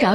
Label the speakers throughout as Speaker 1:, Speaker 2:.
Speaker 1: 扰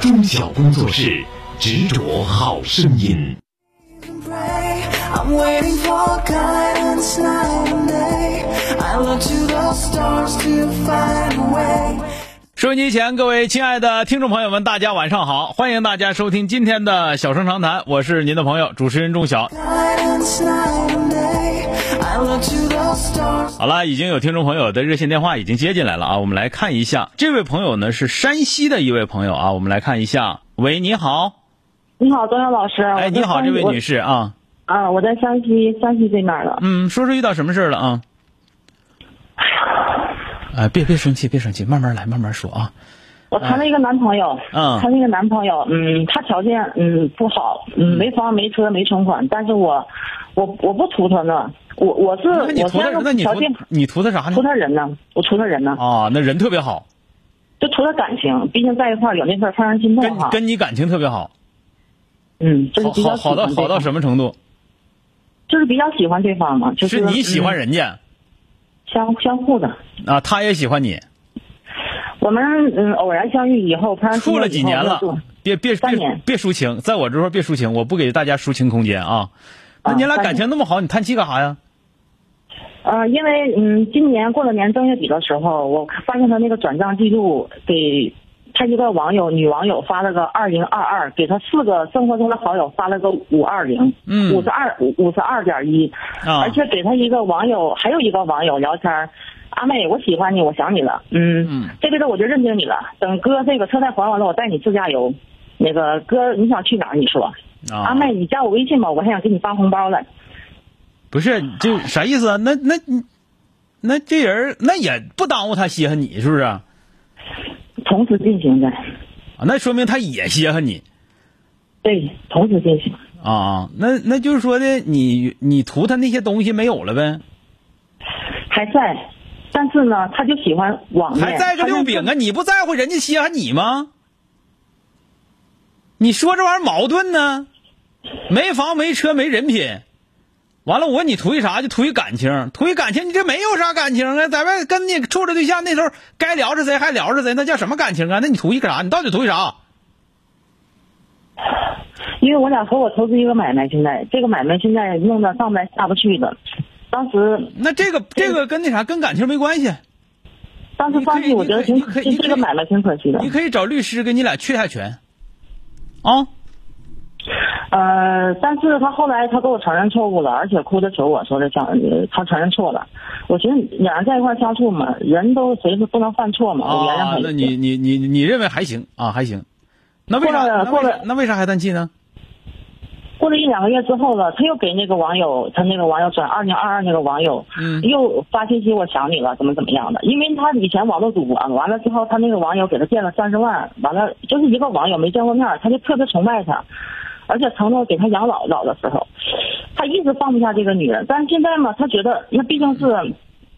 Speaker 2: 中小工作室执着好声音。
Speaker 3: I'm waiting for guidance night and day. I look to the stars to find a way.
Speaker 4: 收音机前各位亲爱的听众朋友们，大家晚上好！欢迎大家收听今天的小声长谈，我是您的朋友主持人钟晓。
Speaker 3: Guidance night and day. I look to the stars.
Speaker 4: 好了，已经有听众朋友的热线电话已经接进来了啊，我们来看一下，这位朋友呢是山西的一位朋友啊，我们来看一下。喂，你好，
Speaker 5: 你好，东阳老师。
Speaker 4: 哎，
Speaker 5: 我在
Speaker 4: 你好，
Speaker 5: 山
Speaker 4: 这位
Speaker 5: 我
Speaker 4: 女士啊，
Speaker 5: 啊，我在山西，山西这面的。
Speaker 4: 嗯，说说遇到什么事儿了啊？哎，别别生气，别生气，慢慢来，慢慢说啊。
Speaker 5: 我谈了一个男朋友，
Speaker 4: 嗯
Speaker 5: 谈了一个男朋友，嗯，他条件嗯不好，嗯，没房没车没存款，但是我，我我不图他呢，我我是
Speaker 4: 那你
Speaker 5: 我
Speaker 4: 图
Speaker 5: 虽
Speaker 4: 他
Speaker 5: 然，
Speaker 4: 那
Speaker 5: 说
Speaker 4: 你
Speaker 5: 条
Speaker 4: 图
Speaker 5: 件
Speaker 4: 你图他啥呢
Speaker 5: 图？他人呢，我图他人呢，
Speaker 4: 啊，那人特别好，
Speaker 5: 就图他感情，毕竟在一块儿有那份怦然心动
Speaker 4: 跟
Speaker 5: 哈，
Speaker 4: 跟你感情特别好，
Speaker 5: 嗯，就是
Speaker 4: 好
Speaker 5: 比较
Speaker 4: 好
Speaker 5: 喜
Speaker 4: 好
Speaker 5: 欢
Speaker 4: 到
Speaker 5: 对
Speaker 4: 好到
Speaker 5: 方，
Speaker 4: 什么程度？
Speaker 5: 就是比较喜欢对方嘛，就是
Speaker 4: 是你喜欢
Speaker 5: 嗯
Speaker 4: 人家
Speaker 5: 相相互的。
Speaker 4: 啊，他也喜欢你。
Speaker 5: 我们嗯偶然相遇以后，怦然心
Speaker 4: 处
Speaker 5: 动
Speaker 4: 了
Speaker 5: 以
Speaker 4: 几
Speaker 5: 后
Speaker 4: 年
Speaker 5: 就
Speaker 4: 了
Speaker 5: 做，
Speaker 4: 别别
Speaker 5: 三
Speaker 4: 别
Speaker 5: 年
Speaker 4: 别抒情，在我这块儿别抒情，我不给大家抒情空间啊。那
Speaker 5: 啊
Speaker 4: 你俩
Speaker 5: 三
Speaker 4: 感
Speaker 5: 年
Speaker 4: 情那么好，你叹气干啥呀？
Speaker 5: 呃，因为嗯，今年过了年正月底的时候，我发现他那个转账记录给他一个网友女网友发了个二零二二，给他四个生活中的好友发了个五二零，
Speaker 4: 嗯
Speaker 5: 五十二五五十二点一，
Speaker 4: 啊
Speaker 5: 而且给他一个网友，还有一个网友聊天儿。阿妹，我喜欢你，我想你了，嗯，
Speaker 4: 嗯
Speaker 5: 这辈子我就认定你了。等哥这个车贷还完了，我带你自驾游。那个哥，你想去哪儿？你说，
Speaker 4: 啊
Speaker 5: 阿妹，你加我微信吧，我还想给你发红包了。
Speaker 4: 不是，就啥意思啊？那那那这人儿那也不耽误他稀罕你，是不是？啊，
Speaker 5: 同时进行的，
Speaker 4: 那说明他也稀罕你
Speaker 5: 对，同时进行。
Speaker 4: 啊啊。那那就是说的，你你图他那些东西没有了呗？
Speaker 5: 还在，但是呢，他就喜欢网恋，
Speaker 4: 还在个六饼
Speaker 5: 他
Speaker 4: 啊？你不在乎人家稀罕你吗？你说这玩意儿矛盾呢？没房没车没人品，完了我问你图一啥？就图一感情，图一感情，你这没有啥感情啊！在外跟你处着对象那时候该聊着谁还聊着谁，那叫什么感情啊？那你图一个啥？你到底图一啥？
Speaker 5: 就因为我俩合伙投资一个买卖，现在这个买卖现在弄得上不来下不去的。当时，
Speaker 4: 那这个这个跟那啥跟感情没关系，
Speaker 5: 当时放弃，我觉得挺可，
Speaker 4: 你可以你可以
Speaker 5: 就这个买卖挺可惜的
Speaker 4: 你。可以找律师给你俩确下权，啊。
Speaker 5: 呃，但是他后来他给我承认错误了，而且哭着求我说的想，呃他承认错了。我寻思两人在一块儿相处嘛，人都谁是不能犯错嘛，我原谅
Speaker 4: 啊
Speaker 5: 他，一次。
Speaker 4: 那你你你你认为还行啊，还行。那为啥
Speaker 5: 过了
Speaker 4: 那
Speaker 5: 过
Speaker 4: 为
Speaker 5: 了
Speaker 4: 啥那为啥还断气呢？
Speaker 5: 过了一两个月之后了，他又给那个网友，他那个网友转二零二二那个网友，
Speaker 4: 嗯
Speaker 5: 又发信息我想你了，怎么怎么样的？因为他以前网络赌博，完了之后他那个网友给他借了三十万，完了就是一个网友没见过面，他就特别崇拜他，而且承诺给他养老老的时候，他一直放不下这个女人，但是现在嘛，他觉得那毕竟是。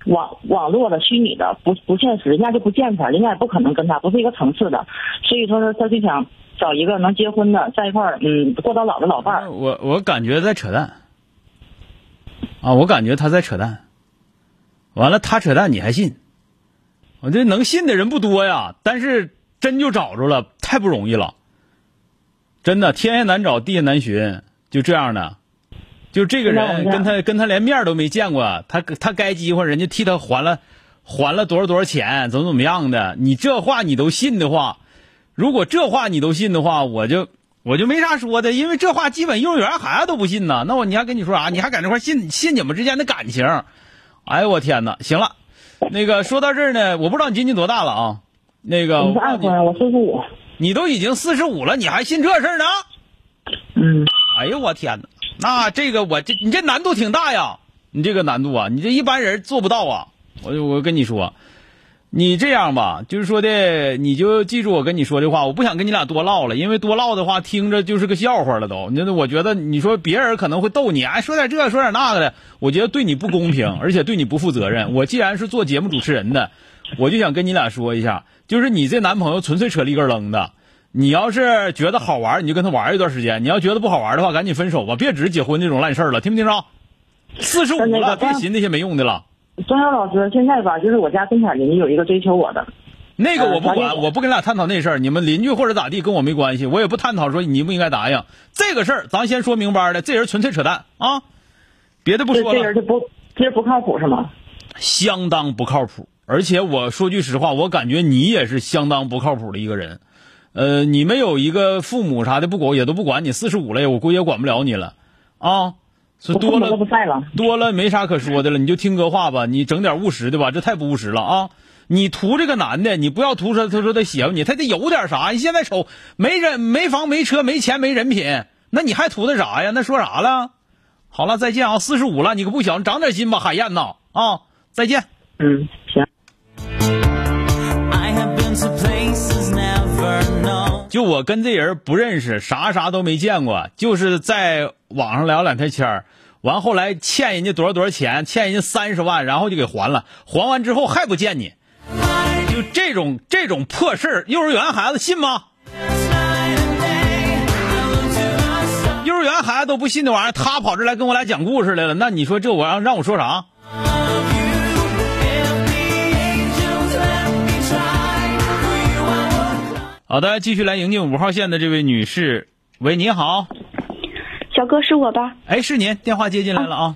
Speaker 5: 网网络的虚拟的不不现实，人家就不见他，人家也不可能跟他，不是一个层次的，所以说呢他就想找一个能结婚的，在一块儿嗯过到老的老伴儿。
Speaker 4: 我我感觉在扯淡。啊，我感觉他在扯淡。完了，他扯淡你还信？我啊这能信的人不多呀，但是真就找着了，太不容易了。真的，天下难找，地下难寻，就这样的。就这个
Speaker 5: 那我
Speaker 4: 人
Speaker 5: 们
Speaker 4: 跟他跟他连面都没见过，他他该机会，人家替他还了还了多少多少钱，怎么怎么样的，你这话你都信的话，如果这话你都信的话，我就我就没啥说的，因为这话基本幼儿园孩子都不信呢。那我你还跟你说啥？你还搁这块信信你们之间的感情？哎呦我天哪！行了，那个说到这儿呢，我不知道你今年多大了啊？那个
Speaker 5: 你
Speaker 4: 我
Speaker 5: 是
Speaker 4: 不知道
Speaker 5: 二
Speaker 4: 你
Speaker 5: 婚，我四十五。
Speaker 4: 你都已经四十五了，你还信这事儿呢？
Speaker 5: 嗯，
Speaker 4: 哎呦我天哪！那这个我这你这难度挺大呀，你这个难度啊，你这一般人做不到啊。我就我跟你说，你这样吧，就是说的，你就记住我跟你说的话，我不想跟你俩多唠了，因为多唠的话听着就是个笑话了都。那我觉得你说别人可能会逗你，哎，说点这说点那个的，我觉得对你不公平，而且对你不负责任。我既然是做节目主持人的，我就想跟你俩说一下，就是你这男朋友纯粹扯里根楞的。你要是觉得好玩，你就跟他玩一段时间；你要觉得不好玩的话，赶紧分手吧，别指结婚这种烂事儿了，听没听着？四十五
Speaker 5: 那
Speaker 4: 了，
Speaker 5: 个
Speaker 4: 别寻那些没用的了。
Speaker 5: 张瑶老师，现在吧，就是我家跟前邻居有一个追求我的，
Speaker 4: 那个我不
Speaker 5: 呃咱
Speaker 4: 管，
Speaker 5: 这
Speaker 4: 我不跟你俩探讨那事儿，你们邻居或者咋地跟我没关系，我也不探讨说你应不应该答应这个事儿，咱先说明白了，这人纯粹扯淡啊，别的不
Speaker 5: 这
Speaker 4: 说
Speaker 5: 这
Speaker 4: 了
Speaker 5: 人，就不，这人不靠谱是吗？
Speaker 4: 相当不靠谱。而且我说句实话，我感觉你也是相当不靠谱的一个人，呃，你没有一个父母啥的不管也都不管你，四十五了，我估计也管不了你了啊，是
Speaker 5: 我父
Speaker 4: 多
Speaker 5: 母都不
Speaker 4: 了
Speaker 5: 在了，
Speaker 4: 多了没啥可说的了，你就听哥话吧，你整点务实的吧，这太不务实了啊！你图这个男的，你不要图说他说他邪乎你，他得有点啥。你现在瞅没人、没房、没车、没钱、没人品，那你还图他啥呀？那说啥了？好了，再见啊！四十五了，你可不小，你长点心吧，海燕呐啊！再见。
Speaker 5: 嗯，行。
Speaker 3: I have been to places never known.
Speaker 4: 就我跟这人不认识，啥啥都没见过，就是在网上聊两天天儿，完后来欠人家多少多少钱，欠人家三十万，然后就给还了，还完之后还不见你，就这种这种破事儿，幼儿园孩子信吗？
Speaker 3: Night and day, I look to the sun.
Speaker 4: 幼儿园孩子都不信那玩意儿，他跑这来跟我俩讲故事来了，那你说这我让让我说啥？
Speaker 3: If the angels let me try, for you I would
Speaker 4: 好的，继续来迎接五号线的这位女士，喂，你好，
Speaker 6: 小哥是我吧？
Speaker 4: 哎，是您，电话接进来了啊，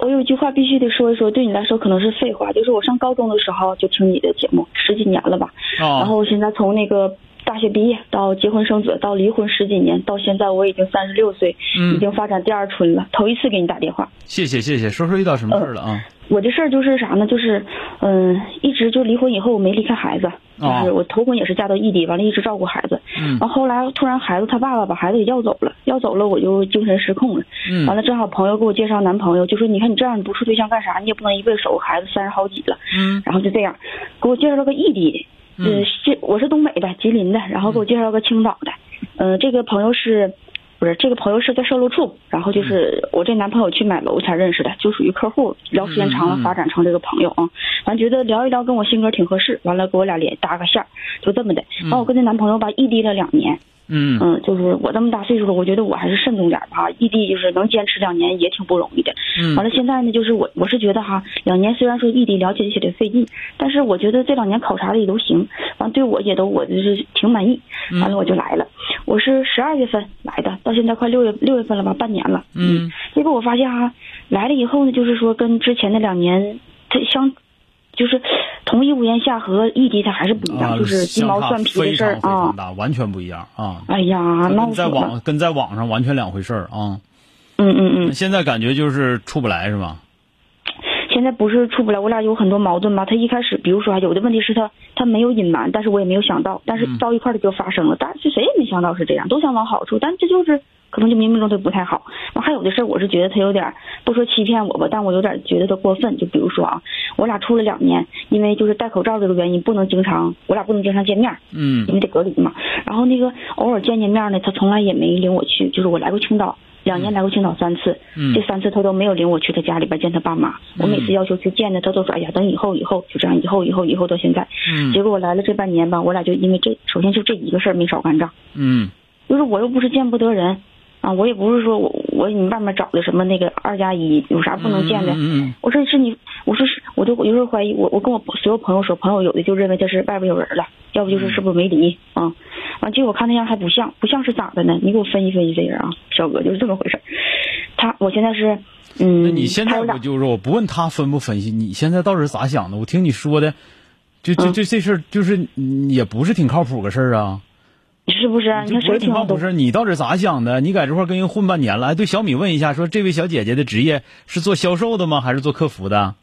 Speaker 6: 我有一句话必须得说一说，对你来说可能是废话，就是我上高中的时候就听你的节目，十几年了吧。然
Speaker 4: 哦，
Speaker 6: 后现在从那个大学毕业到结婚生子到离婚十几年，到现在我已经三十六岁，
Speaker 4: 嗯
Speaker 6: 已经发展第二春了。头一次给你打电话，
Speaker 4: 谢谢谢谢，说说遇到什么事儿了啊？
Speaker 6: 我这事儿就是啥呢？就是，嗯、一直就离婚以后我没离开孩子，
Speaker 4: 哦
Speaker 6: 就是我头婚也是嫁到异地，完了一直照顾孩子。
Speaker 4: 嗯
Speaker 6: 然后后来突然孩子他爸爸把孩子给要走了，要走了我就精神失控了。
Speaker 4: 嗯
Speaker 6: 完了正好朋友给我介绍男朋友，就说你看你这样你不处对象干啥？你也不能一味守孩子三十好几了。
Speaker 4: 嗯
Speaker 6: 然后就这样，给我介绍了个异地，
Speaker 4: 嗯
Speaker 6: 呃，是我是东北的，吉林的，然后给我介绍个青岛的，嗯、这个朋友是，不是这个朋友是在售楼处，然后
Speaker 4: 嗯
Speaker 6: 就是我这男朋友去买楼才认识的，就属于客户，聊时间长
Speaker 4: 嗯嗯嗯
Speaker 6: 了发展成这个朋友啊，完觉得聊一聊跟我性格挺合适，完了给我俩脸搭个线儿，就这么的，完我跟这男朋友吧异地了两年，
Speaker 4: 嗯
Speaker 6: 嗯，就是我这么大岁数了，我觉得我还是慎重点儿吧，异地就是能坚持两年也挺不容易的，
Speaker 4: 嗯，
Speaker 6: 完了，现在呢，就是我我是觉得哈，两年虽然说异地了解起来费劲，但是我觉得这两年考察的也都行，完对我也都我就是挺满意，
Speaker 4: 嗯
Speaker 6: 完了我就来了，我是十二月份来的，到现在快六月六月份了吧，半年了，
Speaker 4: 嗯，
Speaker 6: 结果我发现哈、来了以后呢，就是说跟之前那两年它相。就是同一屋檐下和异地，它还是不一样，
Speaker 4: 啊，
Speaker 6: 就是鸡毛
Speaker 4: 相差
Speaker 6: 蒜皮的
Speaker 4: 非
Speaker 6: 事儿
Speaker 4: 常非
Speaker 6: 啊
Speaker 4: 常！大，完全不一样啊。
Speaker 6: 哎呀，闹
Speaker 4: 跟
Speaker 6: 死
Speaker 4: 在
Speaker 6: 我了！
Speaker 4: 网跟在网上完全两回事儿啊。
Speaker 6: 嗯嗯嗯
Speaker 4: 那，现在感觉就是出不来是吧？
Speaker 6: 现在不是处不来，我俩有很多矛盾吧。他一开始，比如说啊，有的问题是他他没有隐瞒，但是我也没有想到，但是到一块儿了就发生了，但是谁也没想到是这样，都想往好处，但这就是可能就冥冥中他不太好。完还有的事儿，我是觉得他有点儿不说欺骗我吧，但我有点儿觉得他过分。就比如说啊，我俩处了两年，因为就是戴口罩这个原因，不能经常我俩不能经常见面，
Speaker 4: 嗯
Speaker 6: 因为得隔离嘛。然后那个偶尔见见面呢，他从来也没领我去，就是我来过青岛。两年来过青岛三次，
Speaker 4: 嗯
Speaker 6: 这三次他都没有领我去他家里边见他爸妈。我每次要求去见他，他都说哎呀，等以后以后就这样，以后以后以后到现在。结
Speaker 4: 嗯
Speaker 6: 果我来了这半年吧，我俩就因为这，首先就这一个事儿没少干仗。
Speaker 4: 嗯
Speaker 6: 就是我又不是见不得人，啊，我也不是说我我你外面找的什么那个二加一有啥不能见的。
Speaker 4: 嗯嗯
Speaker 6: 我说是你，我说是，我就有时候怀疑，我我跟我所有朋友说，朋友有的就认为他是外边有人了，要不就是是不是没离
Speaker 4: 嗯
Speaker 6: 啊？完、结果我看那样还不像，不像是咋的呢？你给我分析分析这人啊，小哥就是这么回事儿。他我现在是，嗯，
Speaker 4: 那你现
Speaker 6: 他
Speaker 4: 在
Speaker 6: 有
Speaker 4: 我
Speaker 6: 俩
Speaker 4: 就是我不问他分不分析，你现在到底是咋想的？我听你说的，就就
Speaker 6: 嗯
Speaker 4: 就这事儿就是嗯也不是挺靠谱个事儿啊。
Speaker 6: 是不是啊？你
Speaker 4: 就
Speaker 6: 看
Speaker 4: 不
Speaker 6: 谁
Speaker 4: 是挺
Speaker 6: 听
Speaker 4: 靠
Speaker 6: 了
Speaker 4: 谱
Speaker 6: 都
Speaker 4: 事儿，你到底咋想的？你在这块儿跟人混半年了，哎，对小米问一下，说这位小姐姐的职业是做销售的吗？还是做客服的？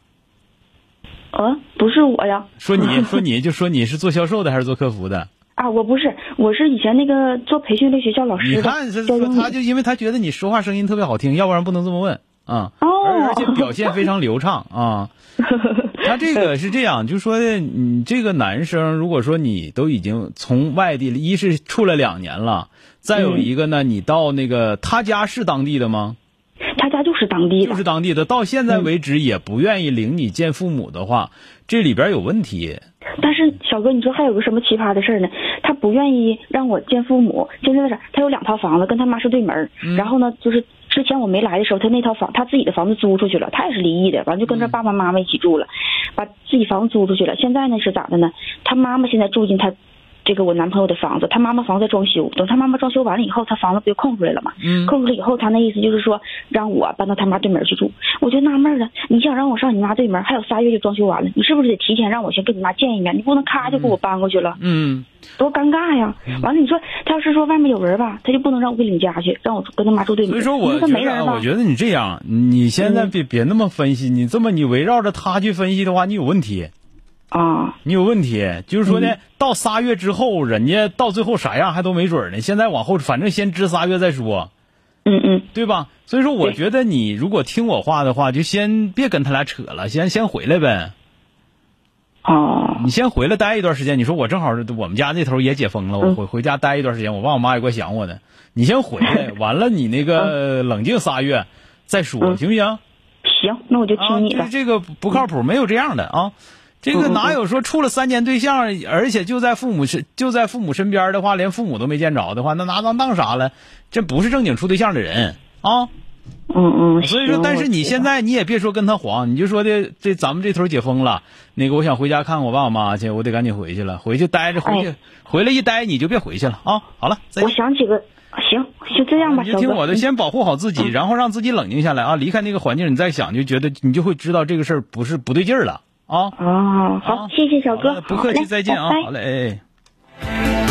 Speaker 6: 啊，不是我呀。
Speaker 4: 说 你说你就说你是做销售的还是做客服的？
Speaker 6: 啊，我不是，我是以前那个做培训类学校老师
Speaker 4: 你
Speaker 6: 的，
Speaker 4: 看这
Speaker 6: 教
Speaker 4: 说
Speaker 6: 英语
Speaker 4: 他就因为他觉得你说话声音特别好听，要不然不能这么问。啊，
Speaker 6: 哦
Speaker 4: 而而且表现非常流畅啊。他这个是这样，就说你这个男生，如果说你都已经从外地，一是处了两年了，再有一个呢，你到那个他家是当地的吗？
Speaker 6: 他家就是当地的，
Speaker 4: 就是当地的，到现在为止也不愿意领你见父母的话，这里边有问题。
Speaker 6: 但是小哥，你说还有个什么奇葩的事儿呢？他不愿意让我见父母，就是那啥，他有两套房子，跟他妈是对门儿。然后呢，就是之前我没来的时候，他那套房他自己的房子租出去了，他也是离异的，完就跟着爸爸妈妈一起住了，把自己房子租出去了。现在呢是咋的呢？他妈妈现在住进他。这个我男朋友的房子，他妈妈房子在装修，等他妈妈装修完了以后，他房子不就空出来了吗？
Speaker 4: 嗯
Speaker 6: 空出来以后，他那意思就是说让我搬到他妈对门去住，我就纳闷了，你想让我上你妈对门，还有仨月就装修完了，你是不是得提前让我先跟你妈见一面？你不能咔就给我搬过去了，
Speaker 4: 嗯，
Speaker 6: 多尴尬呀！完了，你说他要是说外面有人吧，他就不能让我给领家去，让我跟他妈住对门。
Speaker 4: 所以说我
Speaker 6: 你
Speaker 4: 觉
Speaker 6: 说他没
Speaker 4: 得
Speaker 6: 人
Speaker 4: 啊，
Speaker 6: 吧？嗯
Speaker 4: 我觉得你这样，你现在别别那么分析，你这么你围绕着他去分析的话，你有问题，
Speaker 6: 啊，
Speaker 4: 你有问题。就是说呢，
Speaker 6: 嗯
Speaker 4: 到仨月之后，人家到最后啥样还都没准儿呢。现在往后，反正先支仨月再说，
Speaker 6: 嗯嗯，
Speaker 4: 对吧？所以说，我
Speaker 6: 对
Speaker 4: 觉得你如果听我话的话，就先别跟他俩扯了，先先回来呗。
Speaker 6: 哦，
Speaker 4: 你先回来待一段时间。你说我正好是我们家那头也解封了，我
Speaker 6: 嗯
Speaker 4: 回回家待一段时间，我爸我妈也怪想我的。你先回 来，完了你那个冷静仨月再说，
Speaker 6: 嗯
Speaker 4: 行不行？
Speaker 6: 行，那我就
Speaker 4: 啊，
Speaker 6: 听你的。
Speaker 4: 这这个不靠谱，没有这样的啊。这个
Speaker 6: 嗯嗯嗯
Speaker 4: 哪有说处了三年对象，而且就在父母身就在父母身边的话，连父母都没见着的话，那拿当当啥了？这不是正经处对象的人啊。
Speaker 6: 嗯嗯，
Speaker 4: 所以说，
Speaker 6: 行
Speaker 4: 但是你现。在你也别说跟他黄，你就说的这咱们这头解封了，那个我想回家看我爸我妈去，我得赶紧回去了，回去待着，回去、
Speaker 6: 哎
Speaker 4: 回来一待你就别回去了啊。好了，再
Speaker 6: 我
Speaker 4: 见。
Speaker 6: 想起个，行，就这样吧，
Speaker 4: 啊你
Speaker 6: 小
Speaker 4: 就
Speaker 6: 哥。
Speaker 4: 听我的，
Speaker 6: 嗯
Speaker 4: 先保护好自己，然后让自己冷静下来啊，离开那个环境，你再想，就觉得你就会知道这个事儿不是不对劲儿了啊。
Speaker 6: 哦，
Speaker 4: 啊
Speaker 6: 好，谢谢小
Speaker 4: 好
Speaker 6: 哥
Speaker 4: 了，不客气，
Speaker 6: 好嘞
Speaker 4: 再见啊
Speaker 6: 拜，拜
Speaker 4: 好嘞，哎哎。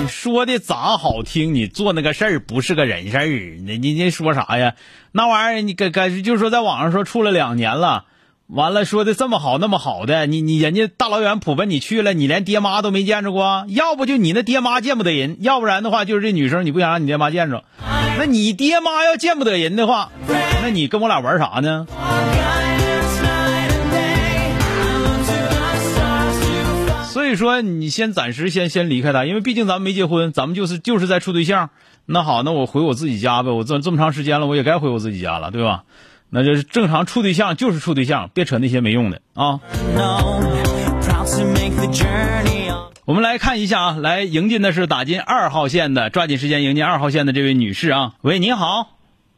Speaker 4: 你说的咋好听？你做那个事儿不是个人事儿，你你你说啥呀？那玩意儿你跟跟就是说在网上说处了两年了，完了说的这么好那么好的，你你人家大老远普奔你去了，你连爹妈都没见着过，要不就你那爹妈见不得人，要不然的话就是这女生你不想让你爹妈见着，那你爹妈要见不得人的话，那你跟我俩玩啥呢？所以说，你先暂时先先离开他，因为毕竟咱们没结婚，咱们就是就是在处对象。那好，那我回我自己家呗，我这这么长时间了，我也该回我自己家了，对吧？那就是正常处对象就是处对象，别扯那些没用的啊。
Speaker 3: Proud to make the journey on.
Speaker 4: 我们来看一下啊，来迎进的是打进二号线的，抓紧时间迎进二号线的这位女士啊。喂，你好，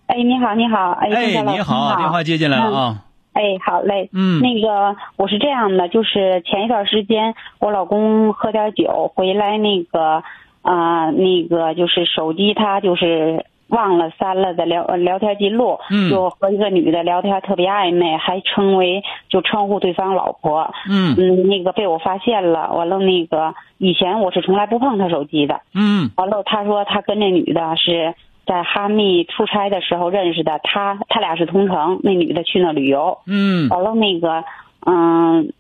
Speaker 7: 哎，你好，你好，哎，
Speaker 4: 哎，
Speaker 7: 郑老师
Speaker 4: 你好，电话接进来了啊。
Speaker 7: 哎，好嘞，
Speaker 4: 嗯
Speaker 7: 那个我是这样的，就是前一段时间我老公喝点酒回来，那个啊、呃那个就是手机他就是忘了删了的聊呃聊天记录，
Speaker 4: 嗯
Speaker 7: 就和一个女的聊天特别暧昧，还称为就称呼对方老婆，
Speaker 4: 嗯
Speaker 7: 嗯，那个被我发现了，完了那个以前我是从来不碰他手机的，
Speaker 4: 嗯
Speaker 7: 完了，他说他跟那女的是在哈密出差的时候认识的，他他俩是同城，那女的去那旅游，
Speaker 4: 嗯
Speaker 7: 完了那个嗯，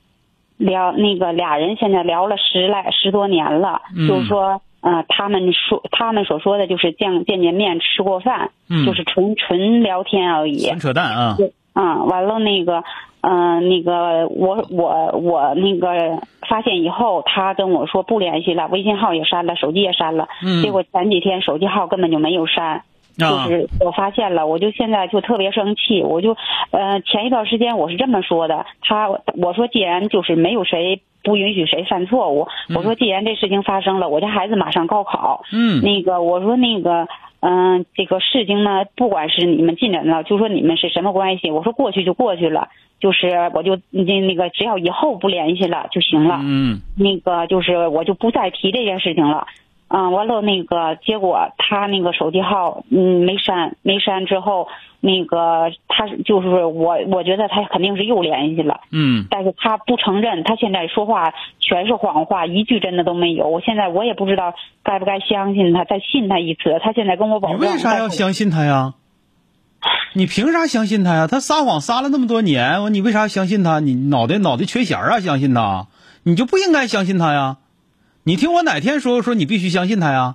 Speaker 7: 聊那个俩人现在聊了十来十多年了，
Speaker 4: 嗯
Speaker 7: 就是说。呃，他们说他们所说的就是见见见面吃过饭，
Speaker 4: 嗯
Speaker 7: 就是纯纯聊天而已。
Speaker 4: 纯扯淡啊。
Speaker 7: 嗯，完了那个，嗯、那个我我我那个发现以后，他跟我说不联系了，微信号也删了，手机也删了。
Speaker 4: 嗯
Speaker 7: 结果前几天手机号根本就没有删，就
Speaker 4: 啊，
Speaker 7: 是我发现了，我就现在就特别生气，我就，呃，前一段时间我是这么说的，他我说既然就是没有谁不允许谁犯错误，我说既然这事情发生了，我家孩子马上高考，
Speaker 4: 嗯
Speaker 7: 那个我说那个，嗯、这个事情呢，不管是你们进展到，就说你们是什么关系，我说过去就过去了，就是我就那那个只要以后不联系了就行了，
Speaker 4: 嗯
Speaker 7: 那个就是我就不再提这件事情了。嗯，完了那个结果他那个手机号嗯没删，没删之后，那个他就是我我觉得他肯定是又联系了。
Speaker 4: 嗯
Speaker 7: 但是他不承认，他现在说话全是谎话，一句真的都没有。我现在我也不知道该不该相信他，再信他一次。他现在跟我保
Speaker 4: 你
Speaker 7: 证，
Speaker 4: 为啥要相信他呀？你凭啥相信他呀？他撒谎撒了那么多年，我你为啥要相信他？你脑袋脑袋缺弦儿啊？相信他，你就不应该相信他呀？你听我哪天说说你必须相信他呀？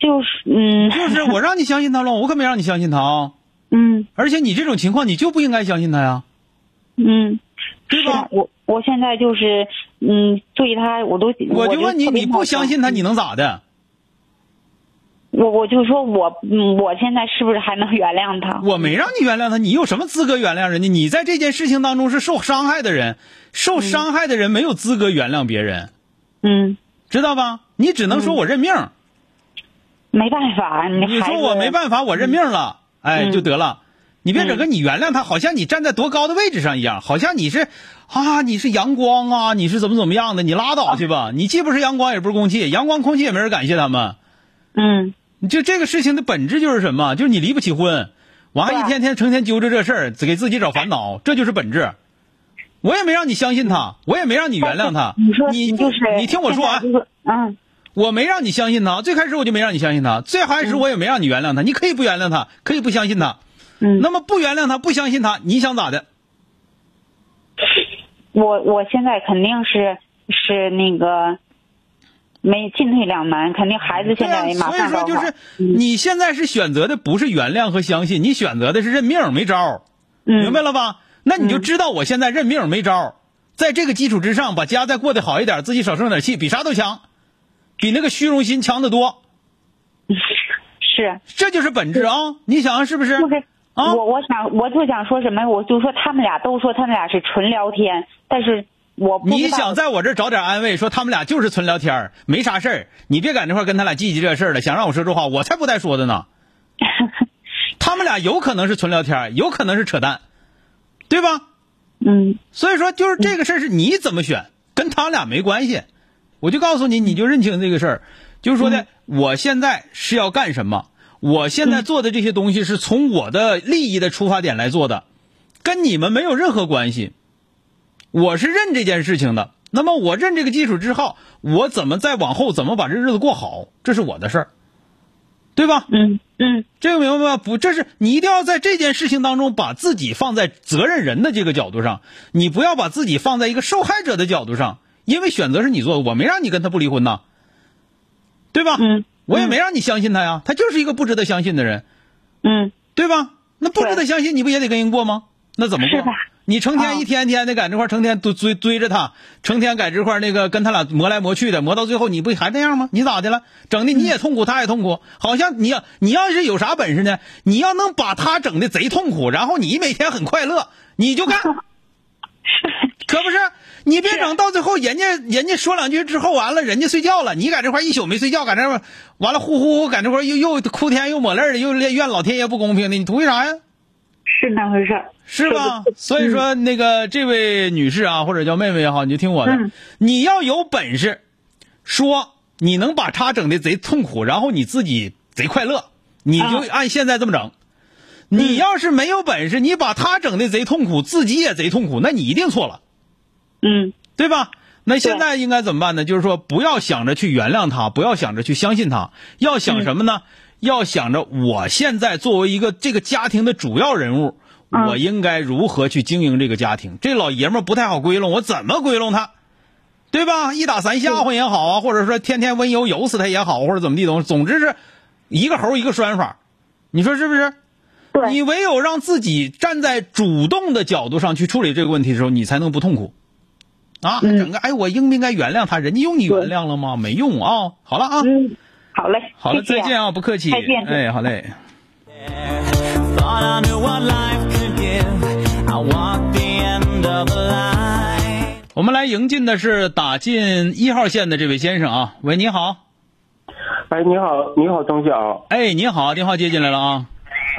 Speaker 7: 但就是嗯
Speaker 4: 就是我让你相信他了，我可没让你相信他啊！
Speaker 7: 嗯
Speaker 4: 而且你这种情况，你就不应该相信他呀，
Speaker 7: 嗯，
Speaker 4: 对
Speaker 7: 是
Speaker 4: 吧
Speaker 7: 的？我我现在就是嗯，对他我都
Speaker 4: 我就问你，
Speaker 7: 特别
Speaker 4: 你不
Speaker 7: 冒
Speaker 4: 相
Speaker 7: 犯
Speaker 4: 信他，你能咋的？
Speaker 7: 我我就说我嗯，我现在是不是还能原谅他？
Speaker 4: 我没让你原谅他，你有什么资格原谅人家？你在这件事情当中是受伤害的人，受伤害的人没有资格原谅别人，
Speaker 7: 嗯，
Speaker 4: 知道吧？你只能说我认命，
Speaker 7: 没办法，你
Speaker 4: 你
Speaker 7: 孩
Speaker 4: 说
Speaker 7: 子
Speaker 4: 我没办法，我认命了，哎，
Speaker 7: 嗯
Speaker 4: 就得了。你别整个你原谅他，好像你站在多高的位置上一样，好像你是啊，你是阳光啊，你是怎么怎么样的，你拉倒去
Speaker 7: 啊
Speaker 4: 吧，你既不是阳光，也不是空气，阳光空气也没人感谢他们。
Speaker 7: 嗯
Speaker 4: 你就这个事情的本质就是什么？就是你离不起婚，完还一
Speaker 7: 对
Speaker 4: 天天成天揪着这事儿，
Speaker 7: 啊
Speaker 4: 只给自己找烦恼，这就是本质。我也没让你相信他，我也没让你原谅他。
Speaker 7: 你说
Speaker 4: 你
Speaker 7: 就是
Speaker 4: 你听我说啊
Speaker 7: 现在，就是嗯
Speaker 4: 我没让你相信他，最开始我就没让你相信他，最开始我也没让你原谅他。你可以不原谅他，可以不相信他。
Speaker 7: 嗯，
Speaker 4: 那么不原谅他，不相信他，你想咋的？
Speaker 7: 我我现在肯定是是那个没进退两难，肯定孩子
Speaker 4: 对
Speaker 7: 现
Speaker 4: 呀、
Speaker 7: 在也马
Speaker 4: 所以
Speaker 7: 上
Speaker 4: 说
Speaker 7: 高
Speaker 4: 就
Speaker 7: 考
Speaker 4: 是，
Speaker 7: 嗯
Speaker 4: 你现在是选择的不是原谅和相信，你选择的是认命，没招儿。
Speaker 7: 嗯
Speaker 4: 明白了吧？那你就知道我现在认命没招儿，在这个基础之上，把家再过得好一点，自己少生点气，比啥都强，比那个虚荣心强得多。
Speaker 7: 是
Speaker 4: 这就是本质啊！你想想是不是？
Speaker 7: 就是。
Speaker 4: 啊
Speaker 7: 我我想我就想说什么，我就说他们俩都说他们俩是纯聊天，但是我不
Speaker 4: 你
Speaker 7: 知道
Speaker 4: 想在我这儿找点安慰，说他们俩就是纯聊天儿，没啥事儿，你别赶这块儿跟他俩记记这事儿了。想让我说这话，我才不带说的呢。他们俩有可能是纯聊天儿，有可能是扯淡，对吧？
Speaker 7: 嗯
Speaker 4: 所以说，就是这个事儿是你怎么选，跟他俩没关系。我就告诉你，你就认清这个事儿，就是说呢，我现在是要干什么，我现在做的这些东西是从我的利益的出发点来做的，跟你们没有任何关系。我是认这件事情的，那么我认这个基础之后，我怎么再往后怎么把这日子过好，这是我的事儿，对吧？
Speaker 7: 嗯嗯
Speaker 4: 这个明白吗？不，这是你一定要在这件事情当中把自己放在责任人的这个角度上，你不要把自己放在一个受害者的角度上，因为选择是你做的，我没让你跟他不离婚呐，对吧？
Speaker 7: 嗯，
Speaker 4: 我也没让你相信他呀，他就是一个不值得相信的人，
Speaker 7: 嗯
Speaker 4: 对吧？那不值得
Speaker 7: 对
Speaker 4: 相信，你不也得跟人过吗？那怎么过
Speaker 7: 是吧？
Speaker 4: 你成天
Speaker 7: 嗯
Speaker 4: 一天天的在这块儿成天追追追着他，成天在这块儿那个跟他俩磨来磨去的，磨到最后你不还那样吗？你咋的了？整的你
Speaker 7: 嗯
Speaker 4: 也痛苦，他也痛苦，好像你要你要是有啥本事呢？你要能把他整的贼痛苦，然后你每天很快乐，你就 干，可不是？你别整到最后，人家人家说两句之后完了，人家睡觉了，你在这块儿一宿没睡觉，在这块儿完了呼呼呼，在这块儿又又哭天又抹泪儿的，又怨老天爷不公平的，你图啥呀？
Speaker 7: 是那回事儿，
Speaker 4: 是 吧？
Speaker 7: 嗯
Speaker 4: 所以说，那个这位女士啊，或者叫妹妹也好，你就听我的，
Speaker 7: 嗯
Speaker 4: 你要有本事，说你能把他整的贼痛苦，然后你自己贼快乐，你就
Speaker 7: 啊嗯
Speaker 4: 按现在这么整。你要是没有本事，你把他整的贼痛苦，自己也贼痛苦，那你一定错了，
Speaker 7: 嗯
Speaker 4: 对吧？那现在应该怎么办呢？就是说，不要想着去原谅他，不要想着去相信他，要想什么呢？要想着我现在作为一个这个家庭的主要人物，
Speaker 7: 嗯
Speaker 4: 我应该如何去经营这个家庭？这老爷们儿不太好归拢，我怎么归拢他？对吧？一打三吓唬也好啊，或者说天天温油油死他也好，或者怎么地总，总之是一个猴一个拴法，你说是不是？
Speaker 7: 对
Speaker 4: 你唯有让自己站在主动的角度上去处理这个问题的时候，你才能不痛苦。啊，
Speaker 7: 嗯
Speaker 4: 整个哎，我应不应该原谅他？人家用你原谅了吗？没用啊、好了啊，
Speaker 7: 嗯，好嘞，
Speaker 4: 好了，
Speaker 7: 谢谢
Speaker 4: 再见啊，不客气。
Speaker 7: 再见
Speaker 4: 哎，好嘞。
Speaker 3: Thought I knew what life could give. I walked the end of a line.
Speaker 4: 我们来迎进的是打进一号线的这位先生啊，喂，你好，
Speaker 8: 哎，你好，你好，张晓。
Speaker 4: 哎，你好，电话接进来了啊，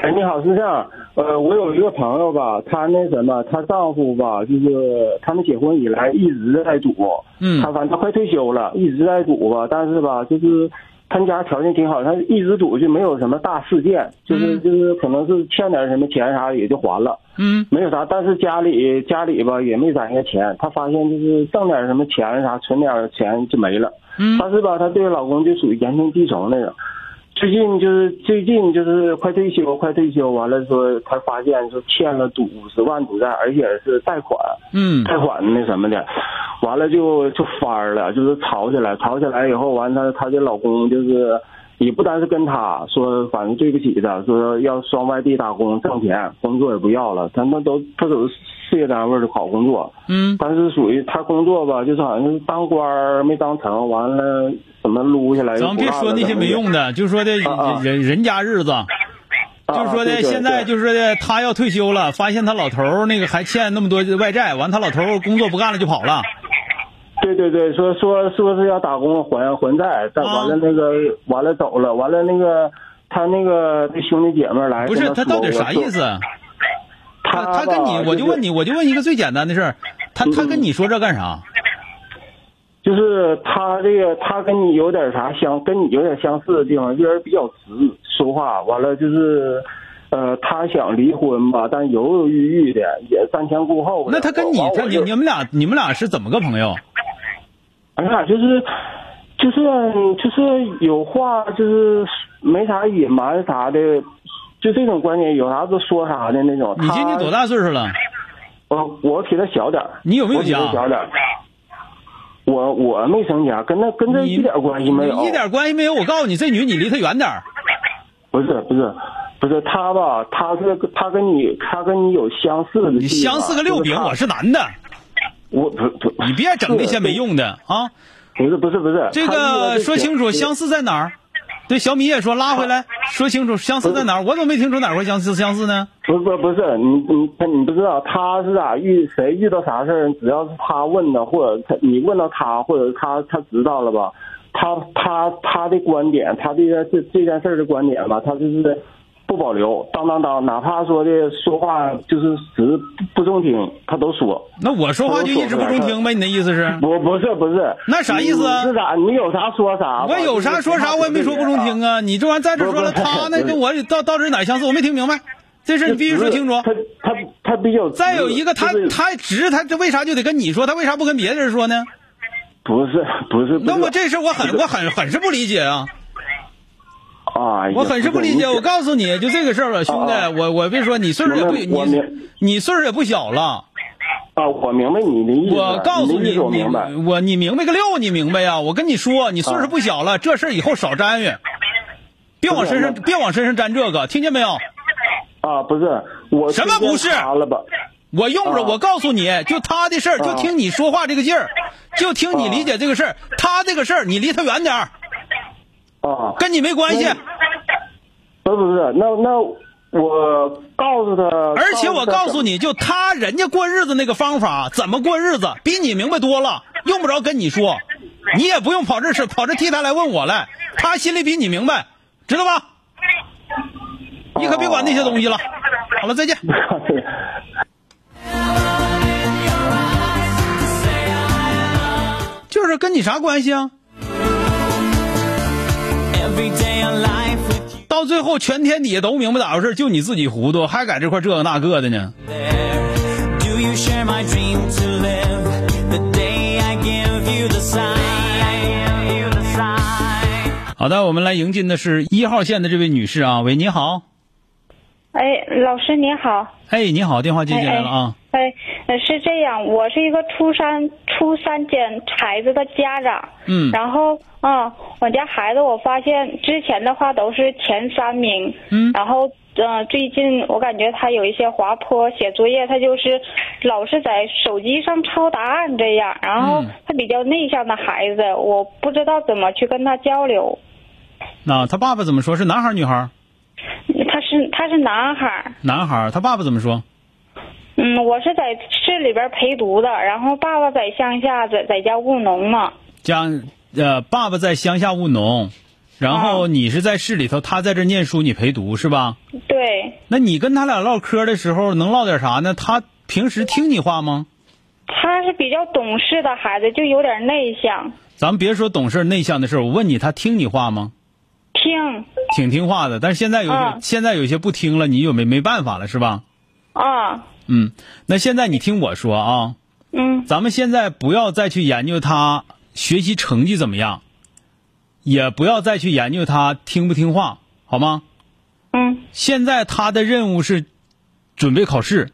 Speaker 8: 哎，你好，是这样，呃，我有一个朋友吧，她那什么，她丈夫吧，就是他们结婚以来一直在赌，
Speaker 4: 嗯
Speaker 8: 她反正她快退休了，一直在赌吧，但是吧，就是他们家条件挺好，她一直赌就没有什么大事件，就是
Speaker 4: 嗯
Speaker 8: 就是可能是欠点什么钱啥也就还了，
Speaker 4: 嗯
Speaker 8: 没有啥，但是家里家里吧也没攒下钱，她发现就是挣点什么钱啥，存点钱就没了。
Speaker 4: 嗯
Speaker 8: 但是吧，她对老公就属于言听计从那种。最近就是最近就是快退休，快退休完了说，她发现说欠了赌五十万赌债，而且是贷款，
Speaker 4: 嗯
Speaker 8: 贷款那什么的，完了就就翻儿了，就是吵起来，吵起来以后完她她的老公就是也不单是跟他说，反正对不起的，说要上外地打工挣钱，工作也不要了。他那都他都是事业单位的好工作，
Speaker 4: 嗯
Speaker 8: 但是属于他工作吧，就是好像是当官儿没当成，完了怎么撸下来又
Speaker 4: 咱
Speaker 8: 不
Speaker 4: 们
Speaker 8: 干了。
Speaker 4: 别说那些没用的，就说的
Speaker 8: 啊啊
Speaker 4: 人人家日子，
Speaker 8: 啊，
Speaker 4: 就是说的
Speaker 8: 对对
Speaker 4: 现在
Speaker 8: 对
Speaker 4: 就是说的他要退休了，发现他老头儿那个还欠那么多外债，完他老头儿工作不干了就跑了，
Speaker 8: 对对对，说说说是要打工还还债，但
Speaker 4: 啊
Speaker 8: 完了那个、完了走了，完了那个他那个他兄弟姐妹来
Speaker 4: 不
Speaker 8: 跟
Speaker 4: 是他
Speaker 8: 他
Speaker 4: 到底
Speaker 8: 说
Speaker 4: 啥意？
Speaker 8: 我说
Speaker 4: 思？啊
Speaker 8: 他
Speaker 4: 他他跟你
Speaker 8: 吧，嗯
Speaker 4: 我就问，你，我就问一个最简单的事儿，他他跟你说这干啥？
Speaker 8: 是就是他这个他跟你有点啥相，跟你有点相似的地方，就是比较直说话，完了就是。呃，他想离婚吧，但犹犹豫豫的，也瞻前顾后的。
Speaker 4: 那他跟你
Speaker 8: 完
Speaker 4: 他
Speaker 8: 我
Speaker 4: 你
Speaker 8: 就
Speaker 4: 你们俩你们俩是怎么个朋友？
Speaker 8: 哎呀，就是，就是就是有话就是没啥隐瞒啥的，就这种观点，有啥就说啥的那种。
Speaker 4: 你今年多
Speaker 8: 大？
Speaker 4: 大岁数了？
Speaker 8: 我我比他小点儿
Speaker 4: 你有没有
Speaker 8: 我比他
Speaker 4: 家啊
Speaker 8: 小点儿我我没成家，跟他跟他
Speaker 4: 你
Speaker 8: 一点关系没有。
Speaker 4: 一点关系没有。我告诉你，这女你离她远点儿。
Speaker 8: 不是不是不是他吧？他是他跟你他跟你有相似的地方。
Speaker 4: 你相似个六
Speaker 8: 就是
Speaker 4: 饼，
Speaker 8: 他
Speaker 4: 我是男的，
Speaker 8: 我不不，
Speaker 4: 你别整那些没用的啊。
Speaker 8: 不是不是不是。
Speaker 4: 这个说清楚，相
Speaker 8: 似
Speaker 4: 似在哪儿？对，小米也说拉回来，
Speaker 8: 啊
Speaker 4: 说清楚相似在
Speaker 8: 呃
Speaker 4: 哪儿。我怎么没听出哪块相似相似呢？
Speaker 8: 不不不是你你他你不知道他是咋遇谁遇到啥事儿，只要是他问的，或者他你问到他，或者他他知道了吧，他他他的观点，他这个这这件事儿的观点吧，他就是不保留，当当当，哪怕说的说话就是直不中听，他都说。
Speaker 4: 那我说话就一直不中听呗？你的意思是？
Speaker 8: 不不是不是，
Speaker 4: 那啥意思啊
Speaker 8: 你是咋？你有啥说啥吧。
Speaker 4: 我有啥说啥，我也没说不中听啊。你这玩意儿在这说了，
Speaker 8: 不是不是
Speaker 4: 他呢跟我到到底哪儿相似？我没听明白，这事儿
Speaker 8: 这
Speaker 4: 你必须说清楚。
Speaker 8: 他他他比较直。
Speaker 4: 再有一个，他
Speaker 8: 就是
Speaker 4: 他直，他这为啥就得跟你说？他为啥不跟别的人说呢？
Speaker 8: 不是不是。不
Speaker 4: 那
Speaker 8: 是
Speaker 4: 我这事儿我很我很很是不理解啊。
Speaker 8: 哎呀，
Speaker 4: 我很是不理解，
Speaker 8: 你
Speaker 4: 我告诉你就这个事儿吧，兄弟
Speaker 8: 啊啊，
Speaker 4: 我我别说你岁数也不
Speaker 8: 我明
Speaker 4: 你你岁数也不小了，
Speaker 8: 啊，我明白你的意思，
Speaker 4: 我告诉你
Speaker 8: 你的意思我
Speaker 4: 你
Speaker 8: 明白。啊
Speaker 4: 我你明白个六，你明白呀？我跟你说，你岁数不小了，这事儿以后少沾与，别往身上
Speaker 8: 不是我
Speaker 4: 别往身上沾这个，听见没有？
Speaker 8: 啊，不是我
Speaker 4: 什么不是
Speaker 8: 今天查了吧？
Speaker 4: 我用着，
Speaker 8: 啊
Speaker 4: 我告诉你就他的事儿，就
Speaker 8: 啊
Speaker 4: 听你说话这个劲儿，就听你
Speaker 8: 啊
Speaker 4: 理解这个事儿，他这个事儿你离他远点儿，
Speaker 8: 啊，
Speaker 4: 跟你没关系
Speaker 8: 那。不是不是，那那我告诉他，
Speaker 4: 而且我告诉
Speaker 8: 你，
Speaker 4: 你就他人家过日子那个方法，怎么过日子，比你明白多了，用不着跟你说，你也不用跑这是跑这替他来问我来，他心里比你明白，知道吧？你可别管那些东西了。好了，再见。就是跟你啥关系啊？到最后，全天底下都明白咋回事，就你自己糊涂，还在这块这个那个的呢。
Speaker 3: Do you share my dream to live? The day I give you the sign.
Speaker 4: 好的，我们来迎进的是一号线的这位女士啊，喂，你好，
Speaker 7: 哎，老师您好。
Speaker 4: 哎，你好，电话接进来了啊，
Speaker 7: 哎，呃是这样，我是一个初三初三减孩子的家长。
Speaker 4: 嗯
Speaker 7: 然后，嗯，我家孩子，我发现之前的话都是前三名。
Speaker 4: 嗯
Speaker 7: 然后，嗯、最近我感觉他有一些滑坡，写作业他就是老是在手机上抄答案这样。然后
Speaker 4: 嗯
Speaker 7: 他比较内向的孩子，我不知道怎么去跟他交流。
Speaker 4: 那他爸爸怎么说？是男孩儿女孩儿？
Speaker 7: 他是他是男孩儿。
Speaker 4: 男孩儿，他爸爸怎么说？
Speaker 7: 嗯，我是在市里边陪读的，然后爸爸在乡下，在在家务农嘛。
Speaker 4: 将呃，爸爸在乡下务农，然后你是在市里头，他在这念书，你陪读是吧？
Speaker 7: 对，
Speaker 4: 那你跟他俩唠嗑的时候能唠点啥呢？他平时听你话吗？
Speaker 7: 他是比较懂事的孩子，就有点内向，
Speaker 4: 咱们别说懂事儿内向的事儿，我问你，他听你话吗？
Speaker 7: 听
Speaker 4: 挺听话的，但是现在有些、
Speaker 7: 嗯
Speaker 4: 现在有些不听了，你有没没办法了是吧？
Speaker 7: 啊，
Speaker 4: 嗯，那现在你听我说啊，
Speaker 7: 嗯
Speaker 4: 咱们现在不要再去研究他学习成绩怎么样，也不要再去研究他听不听话，好吗？
Speaker 7: 嗯，
Speaker 4: 现在他的任务是准备考试。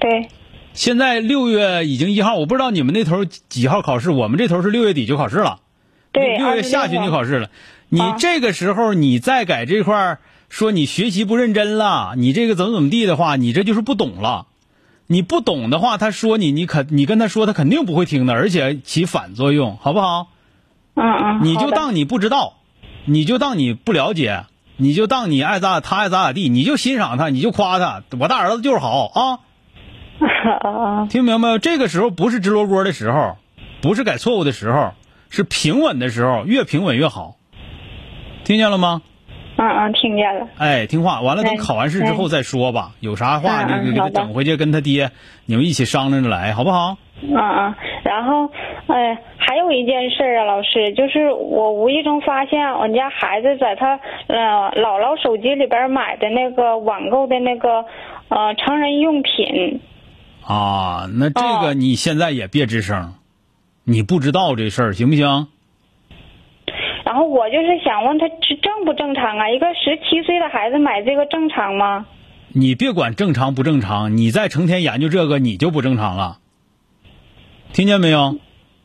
Speaker 7: 对，
Speaker 4: 现在六月已经一号，我不知道你们那头几号考试，我们这头是六月底就考试了。
Speaker 7: 对，
Speaker 4: 六月下旬就考试了。你这个时候你再改这块儿说你学习不认真了，你这个怎么怎么地的话，你这就是不懂了。你不懂的话，他说你，你肯你跟他说，他肯定不会听的，而且起反作用，好不好？
Speaker 7: 嗯嗯，
Speaker 4: 你就
Speaker 7: 好的
Speaker 4: 当你不知道，你就当你不了解，你就当你爱咋他爱咋咋地，你就欣赏他，你就夸他，我大儿子就是好啊。
Speaker 7: 啊啊
Speaker 4: 听明白没有？这个时候不是直罗锅的时候，不是改错误的时候，是平稳的时候，越平稳越好。听见了吗？
Speaker 7: 嗯嗯，听见了。
Speaker 4: 哎，听话。完了，等
Speaker 7: 对
Speaker 4: 考完试之后再说吧。有啥话
Speaker 7: 嗯
Speaker 4: 你
Speaker 7: 嗯
Speaker 4: 给他
Speaker 7: 好的
Speaker 4: 整回去，跟他爹你们一起商量着来，好不好？
Speaker 7: 嗯嗯，然后，哎，还有一件事儿啊，老师，就是我无意中发现我们家孩子在他呃姥姥手机里边买的那个网购的那个呃成人用品，
Speaker 4: 啊，那这个
Speaker 7: 哦
Speaker 4: 你现在也别吱声，你不知道这事儿行不行？
Speaker 7: 然后我就是想问他这正不正常啊？一个十七岁的孩子买这个正常吗？
Speaker 4: 你别管正常不正常，你再成天研究这个，你就不正常了。听见没有？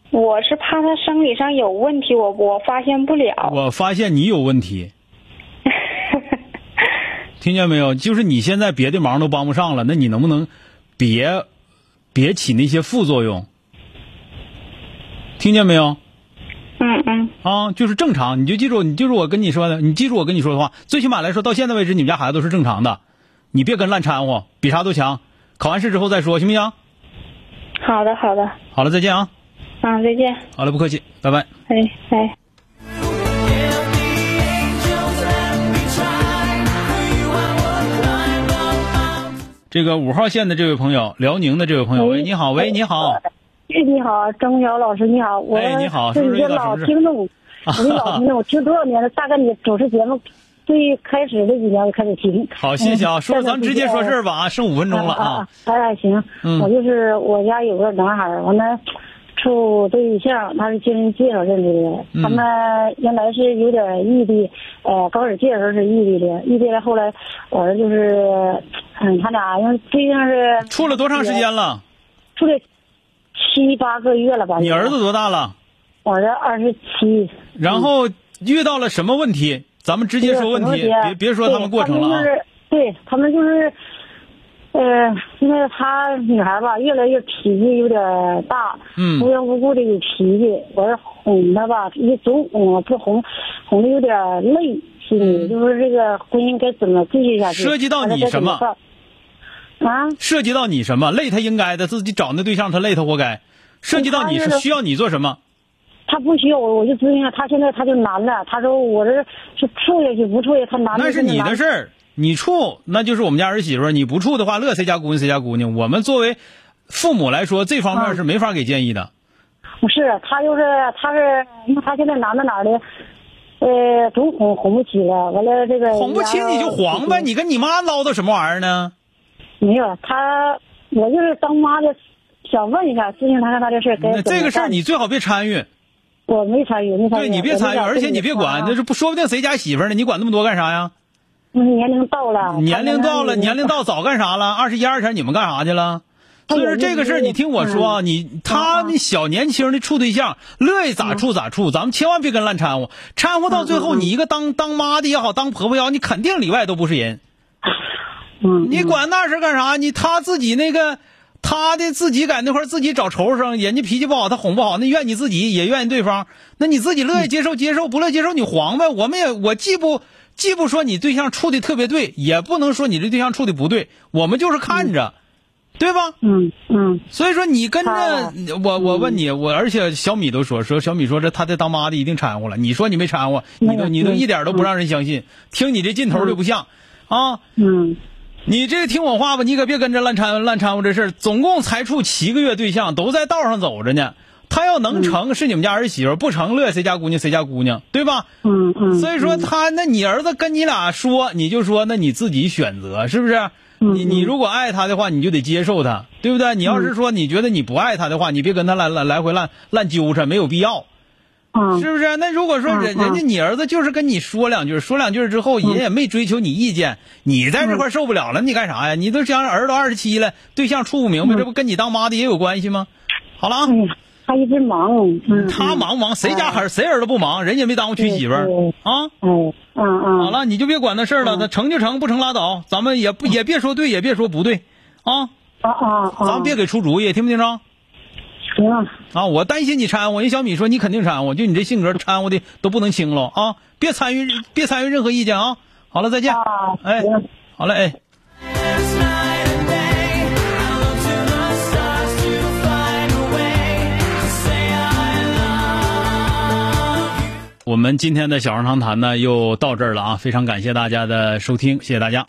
Speaker 7: 我是怕他生理上有问题，我我发现不了。
Speaker 4: 我发现你有问题。听见没有？就是你现在别的忙都帮不上了，那你能不能别别起那些副作用？听见没有？
Speaker 7: 嗯嗯
Speaker 4: 啊，就是正常，你就记住，你记住我跟你说的，你记住我跟你说的话。最起码来说，到现在为止，你们家孩子都是正常的，你别跟烂掺和，比啥都强。考完试之后再说，行不行？
Speaker 7: 好的好的，
Speaker 4: 好了，再见啊！
Speaker 7: 嗯，再见，
Speaker 4: 好了，不客气，拜拜。
Speaker 7: 哎哎。
Speaker 4: 这个五号线的这位朋友，辽宁的这位朋友，
Speaker 6: 嗯
Speaker 4: 喂，你好，喂，你好，
Speaker 6: 你好，张瑶老师，你好，我
Speaker 4: 哎你好
Speaker 6: 是
Speaker 4: 是不是
Speaker 6: 一个
Speaker 4: 遇到什
Speaker 6: 老
Speaker 4: 么事
Speaker 6: 听众，我是老听众，我听多少年了？大概你主持节目最开始那几年我开始听。
Speaker 4: 好，谢谢啊。
Speaker 6: 嗯
Speaker 4: 说咱直接说事儿吧啊，剩五分钟了
Speaker 6: 啊
Speaker 4: 啊。！
Speaker 6: 哎、啊行，
Speaker 4: 嗯
Speaker 6: 我就是我家有个男孩儿，完了处对象，他是经人介绍认识的，
Speaker 4: 嗯
Speaker 6: 他们原来是有点异地，呃，刚开始介绍时候是异地的，异地了后来我儿子就是，嗯，他俩因为毕竟是
Speaker 4: 处了多长时间了？
Speaker 6: 处了七八个月了吧？
Speaker 4: 你儿子？多大了？
Speaker 6: 我儿子二十七。
Speaker 4: 然后遇到了什么问题？咱们直接说问题，
Speaker 6: 对
Speaker 4: 别别说他们过程了
Speaker 6: 对他
Speaker 4: 啊
Speaker 6: 们就。是对他们就是，呃，因为她女孩吧，越来越脾气有点大，
Speaker 4: 嗯
Speaker 6: 无缘无故的有脾气，我是哄她吧，一总哄啊不哄，哄的有点累，心里、就是这个婚姻该怎么继续下去？
Speaker 4: 嗯涉及到你
Speaker 6: 还是该怎
Speaker 4: 什么
Speaker 6: 办？啊，
Speaker 4: 涉及到你什么累他应该的，自己找那对象他累他活该。涉及到你是需要你做什么？
Speaker 6: 他不需要我，我就咨询他，他现在他就难了，他说我这是处下去不处下去，他难
Speaker 4: 那是你的事儿，你处那就是我们家儿媳妇儿，你不处的话，乐谁家姑娘谁家姑娘。我们作为父母来说，这
Speaker 6: 嗯
Speaker 4: 方面是没法给建议的。
Speaker 6: 不是，他就是他是，因为他现在男的哪儿的，呃，总哄哄不起了，完了这个
Speaker 4: 哄不起你就黄呗，你跟你妈唠叨什么玩意儿呢？
Speaker 6: 没有他，我就是当妈的，想问一下，咨询他看他这事儿该怎
Speaker 4: 那
Speaker 6: 么办
Speaker 4: 这个事儿你最好别参与，
Speaker 6: 我没参与，没参与，
Speaker 4: 对你别参与，
Speaker 6: 我就想
Speaker 4: 而且你别管，
Speaker 6: 跟
Speaker 4: 那
Speaker 6: 你说啊
Speaker 4: 是不说不定谁家媳妇儿呢，你管那么多干啥呀？
Speaker 6: 嗯年龄到了，
Speaker 4: 年龄到了，
Speaker 6: 他们
Speaker 4: 年龄到早干啥了？二十一二前你们干啥去了？
Speaker 6: 哎
Speaker 4: 所以说
Speaker 6: 我
Speaker 4: 这个事儿，
Speaker 6: 就是
Speaker 4: 你听我说
Speaker 6: 嗯
Speaker 4: 啊，你他那小年轻的处对象，乐意咋
Speaker 6: 嗯
Speaker 4: 处咋处，咱们千万别跟烂掺和，掺和到最后，你一个当当妈的也好，当婆婆也好，你肯定里外都不是人。
Speaker 6: 嗯，
Speaker 4: 你管那事儿干啥？你他自己那个，他的自己在那块儿自己找仇生，人家脾气不好，他哄不好，那怨你自己，也怨对方。那你自己乐意接受接受，不乐意接受你黄呗。我们也我既不既不说你对象处的特别对，也不能说你这对象处的不对，我们就是看着，对吧？
Speaker 6: 嗯嗯
Speaker 4: 所以说你跟着
Speaker 6: 啊
Speaker 4: 我，我问你，我而且小米都说说小米说这他这当妈的一定掺和了，你说你没掺和，你
Speaker 6: 没
Speaker 4: 都
Speaker 6: 有
Speaker 4: 你都
Speaker 6: 没有
Speaker 4: 一点都不让人相信，听你这劲头就不像啊。
Speaker 6: 嗯
Speaker 4: 你这听我话吧，你可别跟着烂掺烂掺和这事儿。总共才处七个月对象，都在道上走着呢。他要能
Speaker 6: 嗯
Speaker 4: 成，是你们家儿媳妇；不成，乐谁家姑娘谁家姑娘，对吧？
Speaker 6: 嗯嗯，
Speaker 4: 所以说他，那你儿子跟你俩说，你就说，那你自己选择，是不是？
Speaker 6: 嗯
Speaker 4: 你你如果爱他的话，你就得接受他，对不对？你要是说你觉得你不爱他的话，你别跟他来来来回烂烂纠缠，没有必要。
Speaker 6: 嗯
Speaker 4: 是不是？那如果说人
Speaker 6: 嗯嗯嗯
Speaker 4: 人家你儿子就是跟你说两句，说两句之后，人也没追求你意见，你在这块受不了了，你干啥呀？你
Speaker 6: 嗯
Speaker 4: 都想儿都二十七了，对象处不明白，这不跟你当妈的也有关系吗？好了啊，
Speaker 6: 哎呀，他一直忙，嗯，
Speaker 4: 他忙不忙？谁家孩儿谁人都不忙，人家没耽误娶媳妇儿
Speaker 6: 对
Speaker 4: 啊。
Speaker 6: 哎，嗯嗯，
Speaker 4: 好了，你就别管那事儿了，
Speaker 6: 嗯
Speaker 4: 那成就成，不成拉倒，咱们也不也别说对，也别说不对啊，
Speaker 6: 啊啊啊，
Speaker 4: 咱们别给出主意，听不听着？
Speaker 6: 行啊，
Speaker 4: 啊，我担心你掺和，人小米说你肯定掺和，就你这性格掺和的都不能轻了啊！别参与，别参与任何意见啊！好了，再见。
Speaker 6: 啊
Speaker 4: 哎
Speaker 6: 行，
Speaker 4: 好嘞，哎。我们今天的小商堂谈呢，又到这儿了啊！非常感谢大家的收听，谢谢大家。